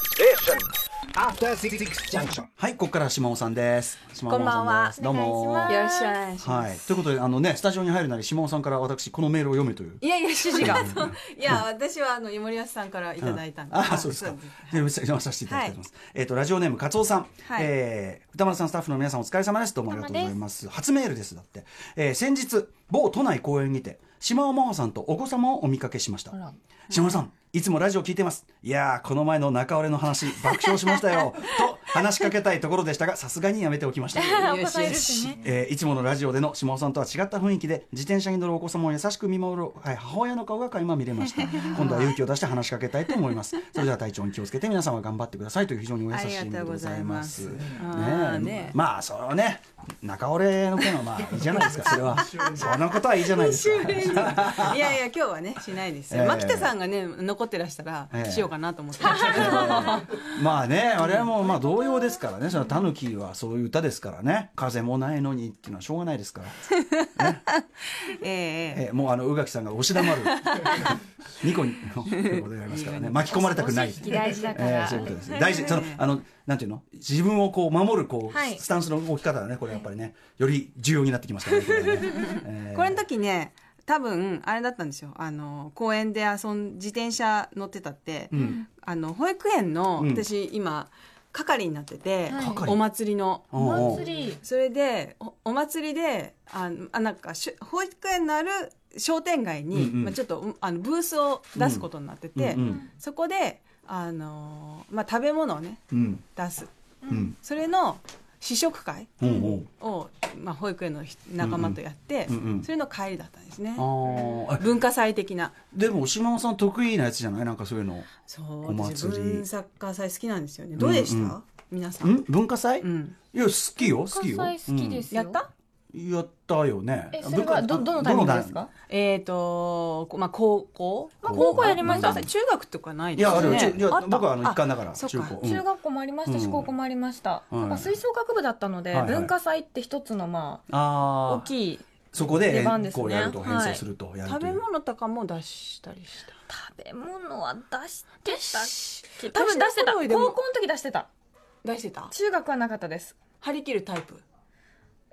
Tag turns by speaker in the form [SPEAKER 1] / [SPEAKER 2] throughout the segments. [SPEAKER 1] Station. After Six Six Junction.
[SPEAKER 2] はい、ここから島尾さんです。島尾
[SPEAKER 3] こんばんは
[SPEAKER 2] 真央さんですどうも。
[SPEAKER 3] お願いし
[SPEAKER 4] よろしくお願いします。
[SPEAKER 2] はい、ということで、あのね、スタジオに入るなり、島尾さんから私、このメールを読めという。
[SPEAKER 4] いやいや、指 示が。いや、私は、あの、井森康さんからいただいたんで。
[SPEAKER 2] ああ、そうですか。じゃあ、読まさせていただきます。えっ、と、ラジオネーム、カツオさん。
[SPEAKER 4] はい
[SPEAKER 2] えー歌丸さん、スタッフの皆さん、お疲れ様です。どうもありがとうございます。初メールです、だって。えー先日、某都内公園にて、島尾真帆さんとお子様をお見かけしました。島尾さん、いつもラジオ聞いてます。いやー、この前の中折れの話、爆笑しました よ。と、話しかけたいところでしたが、さすがにやめておきました。
[SPEAKER 4] お子さんい るしね。
[SPEAKER 2] えーいつものラジオでの島尾さんとは違った雰囲気で自転車に乗るお子様を優しく見守る、はい、母親の顔が垣間見れ ました今度は勇気を出して話しかけたいと思いますそれでは体調に気をつけて皆さんは頑張ってくださいという非常にお優しい意味でございます
[SPEAKER 4] ありがとうございます
[SPEAKER 2] ねえ
[SPEAKER 4] あーね
[SPEAKER 2] まあそのね中折れの件はまあいいじゃないですかそれ はそのことはいいじゃないですか
[SPEAKER 4] いやいや、今日はね、しないですよ。
[SPEAKER 2] ええ
[SPEAKER 4] 牧田さんがね、残ってらしたら
[SPEAKER 2] ええ、
[SPEAKER 4] しようかなと 思ってましたけど。
[SPEAKER 2] まあね我々もまあ同様ですからねそのタヌキはそういう歌ですからね風もないのにっていうのはしょうがないですから
[SPEAKER 4] えええ
[SPEAKER 2] えーもうあの宇垣さんが押し 黙るニコニコということでありますからね巻き込まれたくない
[SPEAKER 5] 押し引き大事だから
[SPEAKER 2] えーそういうことです大事そのあのなんていうの自分をこう守るこう、
[SPEAKER 5] はい
[SPEAKER 2] スタンスの動き方がねこれやっぱりねより重要になってきますからねこれねえ
[SPEAKER 4] え
[SPEAKER 2] ー
[SPEAKER 4] これの時ね、多分、あれだったんですよ。あの、公園で遊ん、自転車乗ってたって
[SPEAKER 2] う、ん
[SPEAKER 4] あの、保育園の、
[SPEAKER 2] うん
[SPEAKER 4] 私、今、係になってて
[SPEAKER 5] はい、
[SPEAKER 2] 係
[SPEAKER 4] お祭りの。
[SPEAKER 2] おうおう
[SPEAKER 5] 祭り
[SPEAKER 4] それでおお祭りであのあなんかしゅ保育園のある商店街に、
[SPEAKER 2] うんうん
[SPEAKER 4] まあ、ちょっとうんあのブースを出すことになってて、
[SPEAKER 2] うんうん
[SPEAKER 4] そこで、あのーまあ、食べ物をね
[SPEAKER 2] うん
[SPEAKER 4] 出す
[SPEAKER 2] うん
[SPEAKER 4] それの試食会
[SPEAKER 2] おうおう
[SPEAKER 4] を、まあ、保育園のひ仲間とやって、
[SPEAKER 2] うんうん
[SPEAKER 4] それの帰りだったんですね、
[SPEAKER 2] あーえ
[SPEAKER 4] 文化祭的な
[SPEAKER 2] でも島尾さん得意なやつじゃないなんかそういうの
[SPEAKER 4] そう
[SPEAKER 2] お
[SPEAKER 4] 私
[SPEAKER 2] 祭り
[SPEAKER 4] 文化祭好きなんですよねどうでした、
[SPEAKER 2] うんうん
[SPEAKER 4] 皆さん、
[SPEAKER 2] ん文化祭、
[SPEAKER 4] うん
[SPEAKER 2] いや好きよ好きよ、
[SPEAKER 5] 関西好きですす
[SPEAKER 4] や
[SPEAKER 5] よ。
[SPEAKER 4] った
[SPEAKER 2] うんやったよね
[SPEAKER 5] え、それはど、
[SPEAKER 2] 文化
[SPEAKER 5] どのタイミングです
[SPEAKER 2] どの
[SPEAKER 5] か
[SPEAKER 4] えっ、と、こまあ、高校、
[SPEAKER 2] まあ高校やり
[SPEAKER 4] ました。中学とかない
[SPEAKER 2] い
[SPEAKER 4] です
[SPEAKER 2] やあ
[SPEAKER 4] よ
[SPEAKER 2] る
[SPEAKER 4] ね。
[SPEAKER 2] よちゅいや
[SPEAKER 4] あった
[SPEAKER 2] 僕はあの一貫だから
[SPEAKER 4] あそっ
[SPEAKER 2] 中高、うん
[SPEAKER 5] 中学校もありました
[SPEAKER 2] う
[SPEAKER 5] し、
[SPEAKER 2] ん
[SPEAKER 5] 高校もありました。
[SPEAKER 2] はい
[SPEAKER 5] なんか吹奏楽部だったので
[SPEAKER 2] はいは、い
[SPEAKER 5] 文化祭って一つのま
[SPEAKER 2] あ
[SPEAKER 5] あ、大
[SPEAKER 2] あ
[SPEAKER 5] きい
[SPEAKER 2] そこで
[SPEAKER 5] 出番ですね
[SPEAKER 2] こうやると変装するとやると
[SPEAKER 4] 食
[SPEAKER 2] い
[SPEAKER 4] べ
[SPEAKER 2] う
[SPEAKER 4] 物とかも出したりした。
[SPEAKER 5] 食べ物は出してたっけ
[SPEAKER 4] た
[SPEAKER 5] 多分出してた。高
[SPEAKER 4] 出し
[SPEAKER 5] 校
[SPEAKER 4] た頃
[SPEAKER 5] の時出してた。
[SPEAKER 4] 出してた
[SPEAKER 5] 中学はなかったです。
[SPEAKER 4] 張り切るタイプ。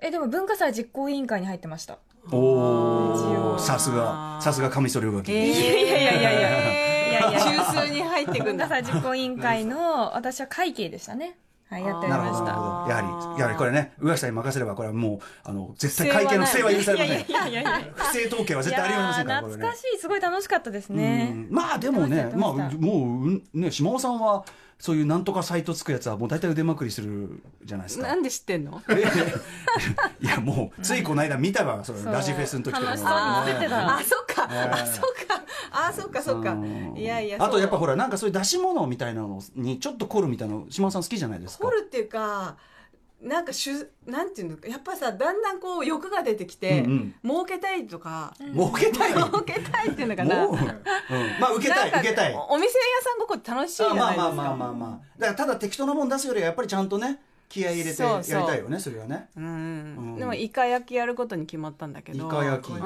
[SPEAKER 5] え、でも文化祭実行委員会に入ってました。
[SPEAKER 2] おお
[SPEAKER 4] 一応
[SPEAKER 2] さすがさすがカミソリ動き、
[SPEAKER 4] いやいやいやいや
[SPEAKER 5] い
[SPEAKER 4] い
[SPEAKER 5] や
[SPEAKER 4] や
[SPEAKER 5] い
[SPEAKER 4] い
[SPEAKER 5] や
[SPEAKER 4] や。中枢に入ってく
[SPEAKER 5] 文
[SPEAKER 4] ん
[SPEAKER 5] 化
[SPEAKER 4] だ。
[SPEAKER 5] 祭実行委員会 の、私は会計でしたね。はい、やっており
[SPEAKER 2] なる
[SPEAKER 5] ま
[SPEAKER 2] ほ
[SPEAKER 5] し
[SPEAKER 2] どなる
[SPEAKER 5] た。
[SPEAKER 2] ほどやはりやはりこれね上垣さんに任せればこれはもうあの絶対会計の不正は許されません
[SPEAKER 4] いやいやいやいや。
[SPEAKER 2] 不正統計は絶対ありえませんからこれ
[SPEAKER 5] 懐
[SPEAKER 2] ね
[SPEAKER 5] かしい、すごい楽しかったです
[SPEAKER 2] う
[SPEAKER 5] ね
[SPEAKER 2] ん。まあでも
[SPEAKER 5] や
[SPEAKER 2] ね
[SPEAKER 5] って
[SPEAKER 2] まあ
[SPEAKER 5] ました
[SPEAKER 2] もううんね島尾さんはそういうなんとかサイトつくやつはもう大体腕まくりするじゃないですか
[SPEAKER 4] なんで知ってんの
[SPEAKER 2] え いやもうついこの間見たわそれ
[SPEAKER 5] そう
[SPEAKER 2] ラジフェスの時とか
[SPEAKER 5] 楽しそうに作ってた
[SPEAKER 4] あ、そっか。
[SPEAKER 2] ええ
[SPEAKER 4] あ、そっか。あ、そっか、そっか。いやいや。
[SPEAKER 2] あとやっぱ
[SPEAKER 4] そう
[SPEAKER 2] ほらなんかそういう出し物みたいなのにちょっと凝るみたいなの島尾さん好きじゃないですか
[SPEAKER 4] 凝るっていうかなんかしゅなんていうのかやっぱさだんだんこう欲が出てきて、
[SPEAKER 2] うんうん
[SPEAKER 4] 儲けたいとか、
[SPEAKER 2] 儲けたいも
[SPEAKER 4] 儲けたいっていうのか
[SPEAKER 2] う、
[SPEAKER 4] な
[SPEAKER 2] うんまあ受けたい
[SPEAKER 4] なんか
[SPEAKER 2] 受けたい
[SPEAKER 4] おお店屋さんごっこって楽しいじゃ
[SPEAKER 2] あ
[SPEAKER 4] ないです
[SPEAKER 2] まあ
[SPEAKER 4] か
[SPEAKER 2] まあまあまあまあだからただ適当なもん出すよりはやっぱりちゃんとね気合い入れてや
[SPEAKER 4] そう
[SPEAKER 2] り
[SPEAKER 4] そう
[SPEAKER 2] たいよねそれはね
[SPEAKER 4] う
[SPEAKER 2] うん
[SPEAKER 4] ん、でもイカ焼きやることに決まったんだけ
[SPEAKER 2] イ
[SPEAKER 4] ど
[SPEAKER 2] カ焼きイ
[SPEAKER 4] うん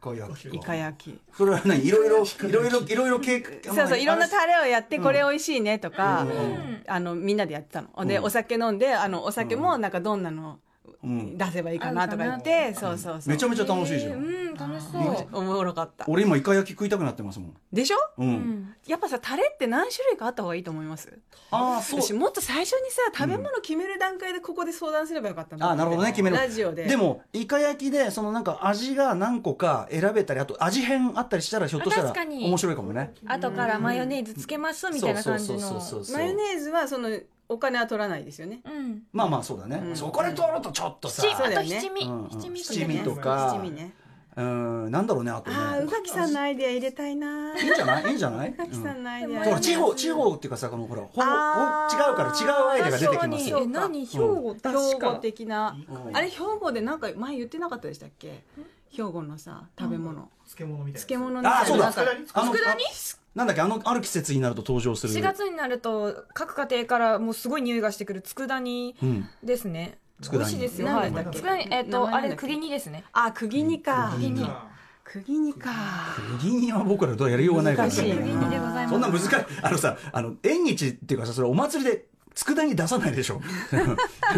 [SPEAKER 2] カ焼きか
[SPEAKER 4] イカ焼き
[SPEAKER 2] それは何いろいろいろいろいろいろ計画
[SPEAKER 4] そうそういろんなタレをやってこれ美味しいねとか、
[SPEAKER 2] うん
[SPEAKER 5] うん
[SPEAKER 4] あのみんなでやってたの、で
[SPEAKER 2] うん
[SPEAKER 4] お酒飲んであのお酒もなんかどんなの
[SPEAKER 2] うん
[SPEAKER 4] 出せばいいかなとか言って、そうそうそう
[SPEAKER 2] めちゃめちゃ楽しいじゃ
[SPEAKER 5] えー
[SPEAKER 2] ん
[SPEAKER 5] うん、楽し
[SPEAKER 2] め
[SPEAKER 5] そ
[SPEAKER 2] ちゃ
[SPEAKER 5] う。
[SPEAKER 4] おもろかった
[SPEAKER 2] 俺今イカ焼き食いたくなってますもん
[SPEAKER 4] でしょ
[SPEAKER 2] う
[SPEAKER 5] うんん
[SPEAKER 4] やっぱさタレって何種類かあった方がいいと思います
[SPEAKER 2] ああそう
[SPEAKER 4] 私もっと最初にさ食べ物決める段階でここで相談すればよかったんだ
[SPEAKER 2] あなるほどね決める
[SPEAKER 4] ラジオで
[SPEAKER 2] でもイカ焼きでそのなんか味が何個か選べたりあと味変あったりしたらひょっとしたら
[SPEAKER 5] あ確かに
[SPEAKER 2] 面白いかもね
[SPEAKER 5] 後からマヨネーズつけますみたいな感じの。
[SPEAKER 2] そうそうそうそうそう
[SPEAKER 4] マヨネーズはそのお金は取らないですよね
[SPEAKER 5] うん。
[SPEAKER 2] まあまあそうだね、
[SPEAKER 4] うん
[SPEAKER 2] そこで取るとちょっとさ
[SPEAKER 5] 七
[SPEAKER 4] そうだ
[SPEAKER 5] あ
[SPEAKER 4] よ
[SPEAKER 5] と
[SPEAKER 4] ね
[SPEAKER 5] 七味、
[SPEAKER 2] うんうん
[SPEAKER 5] 七味とか
[SPEAKER 2] 七味とか
[SPEAKER 4] 七味ね
[SPEAKER 2] うんなんだろうねあとね
[SPEAKER 4] ああ宇垣さんのアイデア入れたいな宇
[SPEAKER 2] いいんじゃないいいんじゃない、うん、
[SPEAKER 4] 垣さんのアイデア
[SPEAKER 2] ほら地
[SPEAKER 4] 違う
[SPEAKER 2] 方地方っていうかさこのほらほぼほぼ違う
[SPEAKER 4] あー
[SPEAKER 2] から違うアイデアが出てきますよ
[SPEAKER 4] 確か
[SPEAKER 5] え、何兵庫
[SPEAKER 4] 兵
[SPEAKER 5] 確
[SPEAKER 4] 庫
[SPEAKER 5] か。
[SPEAKER 4] 的な
[SPEAKER 2] うん
[SPEAKER 4] あれ兵庫でなんか前言ってなかったでしたっけ兵庫のさ食べ物
[SPEAKER 6] 漬物みたいな
[SPEAKER 4] 漬物の
[SPEAKER 2] あー
[SPEAKER 4] さ
[SPEAKER 2] そうだ
[SPEAKER 4] なんか
[SPEAKER 2] あのあなんだっけあのある季節になると登場する
[SPEAKER 5] 4月になると各家庭からもうすごい匂いがしてくる佃煮
[SPEAKER 2] うん
[SPEAKER 5] ですね。
[SPEAKER 2] 佃
[SPEAKER 5] 美
[SPEAKER 2] 煮
[SPEAKER 5] 味しいですよ。
[SPEAKER 4] な
[SPEAKER 5] は
[SPEAKER 4] ん
[SPEAKER 5] い。
[SPEAKER 4] だっけ
[SPEAKER 5] 佃煮えっ
[SPEAKER 4] 名
[SPEAKER 5] と
[SPEAKER 4] 前
[SPEAKER 5] あ
[SPEAKER 4] なん
[SPEAKER 5] れ
[SPEAKER 4] だっけ
[SPEAKER 5] 釘煮ですね。
[SPEAKER 4] あー釘煮か
[SPEAKER 2] 釘煮
[SPEAKER 6] あ
[SPEAKER 4] 釘にか。
[SPEAKER 2] 釘には僕らとはやりようがないから
[SPEAKER 5] 難しい
[SPEAKER 2] ね
[SPEAKER 5] 釘にでございます
[SPEAKER 2] そんな難しいあのさあの縁日っていうかさそれお祭りで佃煮出さないでしょ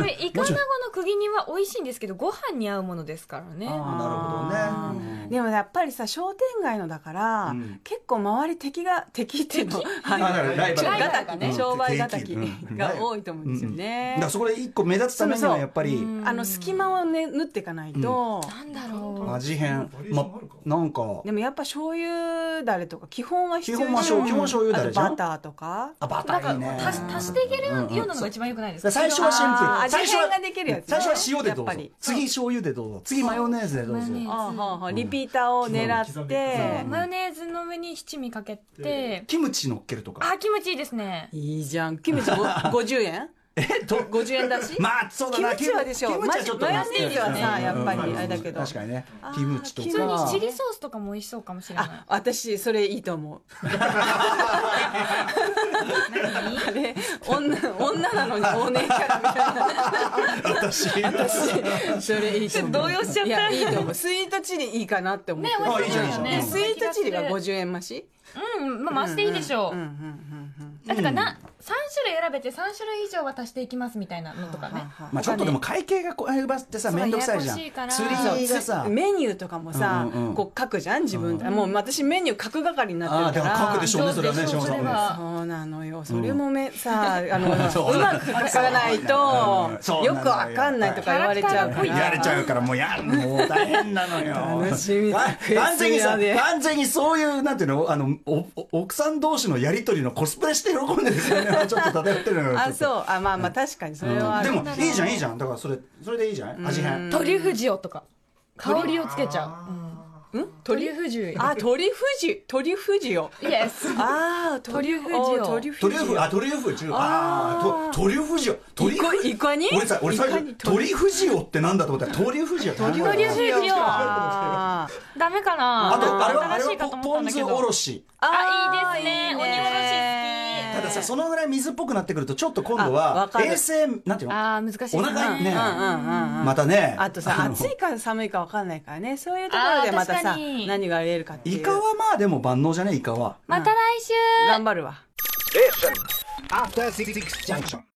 [SPEAKER 5] でイカナゴの釘煮は美味しいんですけどご飯に合うものですからね
[SPEAKER 2] あーなるほどねうん
[SPEAKER 4] でもやっぱりさ商店街のだから、
[SPEAKER 2] うん
[SPEAKER 4] 結構周り敵が敵っていうのはい
[SPEAKER 2] あだからライバル
[SPEAKER 4] 商売がたき
[SPEAKER 2] う
[SPEAKER 4] ね
[SPEAKER 2] ん
[SPEAKER 4] 商売がたき
[SPEAKER 2] うん
[SPEAKER 4] が多いと思うんですよ
[SPEAKER 2] だ
[SPEAKER 4] ね
[SPEAKER 2] か。らそこで一個目立つために
[SPEAKER 4] そう
[SPEAKER 2] は
[SPEAKER 4] そう
[SPEAKER 2] やっぱり
[SPEAKER 5] うん
[SPEAKER 4] あの隙間をね縫っていかないと、
[SPEAKER 5] なんだろう
[SPEAKER 2] 味変
[SPEAKER 1] バリエーション
[SPEAKER 2] ま
[SPEAKER 1] あるか
[SPEAKER 2] なんか
[SPEAKER 4] でもやっぱ醤油だれとか基本は必要
[SPEAKER 2] 基本は醤基本は醤油だれじゃん
[SPEAKER 4] あとバターとか
[SPEAKER 2] あバタ
[SPEAKER 5] なん
[SPEAKER 2] ーい
[SPEAKER 5] か
[SPEAKER 2] いね
[SPEAKER 5] 足し足していけるようなのが一番良くないですか、
[SPEAKER 2] だから最初はシンプル
[SPEAKER 4] あー
[SPEAKER 2] 最初は
[SPEAKER 4] 味変ができるやつね
[SPEAKER 2] 最初は塩でどう
[SPEAKER 4] や
[SPEAKER 2] ぞ
[SPEAKER 4] っぱり
[SPEAKER 2] 次醤油でどうぞ次マヨネーズでどうぞ
[SPEAKER 5] マヨネーズ
[SPEAKER 4] あーはーはーリピーターを狙
[SPEAKER 1] 刻
[SPEAKER 4] っ
[SPEAKER 1] んで
[SPEAKER 4] て
[SPEAKER 5] マヨネーズの上に七味かけて、
[SPEAKER 2] キムチ乗っけるとか
[SPEAKER 5] あキムチいいですね
[SPEAKER 4] いいじゃんキムチご 50円
[SPEAKER 2] えっと
[SPEAKER 4] 50円だし
[SPEAKER 2] まあそうだ
[SPEAKER 4] キ
[SPEAKER 2] な
[SPEAKER 4] ムチはでしょ
[SPEAKER 2] キムチはちょっと
[SPEAKER 4] マ
[SPEAKER 2] ね
[SPEAKER 4] ヨネーズはさやっぱりあれだけど
[SPEAKER 2] 確かにねキムチとか
[SPEAKER 5] 普通にチリソースとかも美味しそうかもしれ
[SPEAKER 4] あ
[SPEAKER 5] な
[SPEAKER 4] 私それいいと思う
[SPEAKER 5] い何
[SPEAKER 4] あれ女女なのにお姉ちゃんみたいな
[SPEAKER 2] 私
[SPEAKER 5] ちょ
[SPEAKER 4] それいいと思う
[SPEAKER 5] っと動揺しちゃった
[SPEAKER 4] いやいいと思うスイートチリいいかなって思って
[SPEAKER 5] ね美味
[SPEAKER 2] しそうですよね
[SPEAKER 4] でスイートチリが50円増し
[SPEAKER 5] うんまあ増していいでしょう,、
[SPEAKER 4] うんうんうんうん
[SPEAKER 5] だからな3種類選べて3種類以上は足していきますみたいなのとかね
[SPEAKER 2] まあちょっとでも会計がこういう場ってさ
[SPEAKER 5] そう
[SPEAKER 2] 面倒くさいじゃん
[SPEAKER 5] ややこしいから
[SPEAKER 2] 釣り
[SPEAKER 5] そう
[SPEAKER 2] がさ
[SPEAKER 4] メニューとかもさ、
[SPEAKER 2] うんうんうん
[SPEAKER 4] こう書くじゃん自分で、もう私メニュー書く係にな
[SPEAKER 2] ああ
[SPEAKER 4] って
[SPEAKER 2] で
[SPEAKER 4] る
[SPEAKER 2] も
[SPEAKER 4] から
[SPEAKER 2] 書くでしょうねそれはね
[SPEAKER 5] 上手
[SPEAKER 2] 島
[SPEAKER 5] でしょ
[SPEAKER 2] さん
[SPEAKER 5] それは
[SPEAKER 2] ね
[SPEAKER 4] そうなのよそれもめ、さ あの
[SPEAKER 2] そう
[SPEAKER 4] うまく書かない
[SPEAKER 2] そう
[SPEAKER 4] と
[SPEAKER 2] な
[SPEAKER 4] よ
[SPEAKER 2] のよ
[SPEAKER 4] くわかんないとか言われちゃうから
[SPEAKER 5] キャラ
[SPEAKER 2] やれちゃうからもうやもう大変なのよ
[SPEAKER 4] 楽しみだ
[SPEAKER 2] 完全にさ
[SPEAKER 4] 悔しいな
[SPEAKER 2] 完全にそういうなんていうのあのおお奥さん同士のやり取りのコスプレして喜んでるですよねちょっと漂ってるのよ
[SPEAKER 4] あ
[SPEAKER 2] ちょっと
[SPEAKER 4] そうあまあまあ確かにそれはあ
[SPEAKER 2] で
[SPEAKER 4] る、
[SPEAKER 2] もいいじゃんいいじゃんだからそれそれでいいじゃん味変
[SPEAKER 5] トリュフ塩とか香りをつけちゃう、うん、トリュフ塩
[SPEAKER 4] あ鳥富士鳥富士よ
[SPEAKER 5] イエス
[SPEAKER 4] ああ鳥
[SPEAKER 5] トリュフ塩
[SPEAKER 4] 鳥富士
[SPEAKER 2] トリュフあトリュフ中ああトトリュフ塩トリュフ
[SPEAKER 4] イカに
[SPEAKER 2] 俺さ俺最
[SPEAKER 4] イカに
[SPEAKER 2] 初トリュフ塩ってなんだと思ったらトリュフ塩ってなんだろう
[SPEAKER 5] トリュフ塩
[SPEAKER 4] あー
[SPEAKER 5] ダメかな
[SPEAKER 2] あとあれはあれ
[SPEAKER 5] 新し
[SPEAKER 2] はい
[SPEAKER 5] か
[SPEAKER 2] ポ
[SPEAKER 5] と思った
[SPEAKER 2] ポ
[SPEAKER 5] ん
[SPEAKER 2] ン
[SPEAKER 5] だ
[SPEAKER 2] 酢
[SPEAKER 5] けど
[SPEAKER 2] おろし
[SPEAKER 5] あいいですね鬼おろし
[SPEAKER 2] た
[SPEAKER 5] 好き
[SPEAKER 2] ださそのぐらい水っぽくなってくるとちょっと今度
[SPEAKER 4] あ
[SPEAKER 2] は
[SPEAKER 4] わかる
[SPEAKER 2] 衛生なんていうの
[SPEAKER 5] ああ難しいです
[SPEAKER 2] お腹にね
[SPEAKER 4] うんうんうんうん
[SPEAKER 2] またね
[SPEAKER 4] あとさ
[SPEAKER 2] の
[SPEAKER 4] 暑いか寒いか分かんないからねそういうところでまた
[SPEAKER 5] あー
[SPEAKER 4] さ
[SPEAKER 5] 確かに
[SPEAKER 4] 何がありえるかっていう
[SPEAKER 2] イカはまあでも万能じゃねイカは
[SPEAKER 5] また来週
[SPEAKER 4] 頑張るわ
[SPEAKER 1] After Six Junction.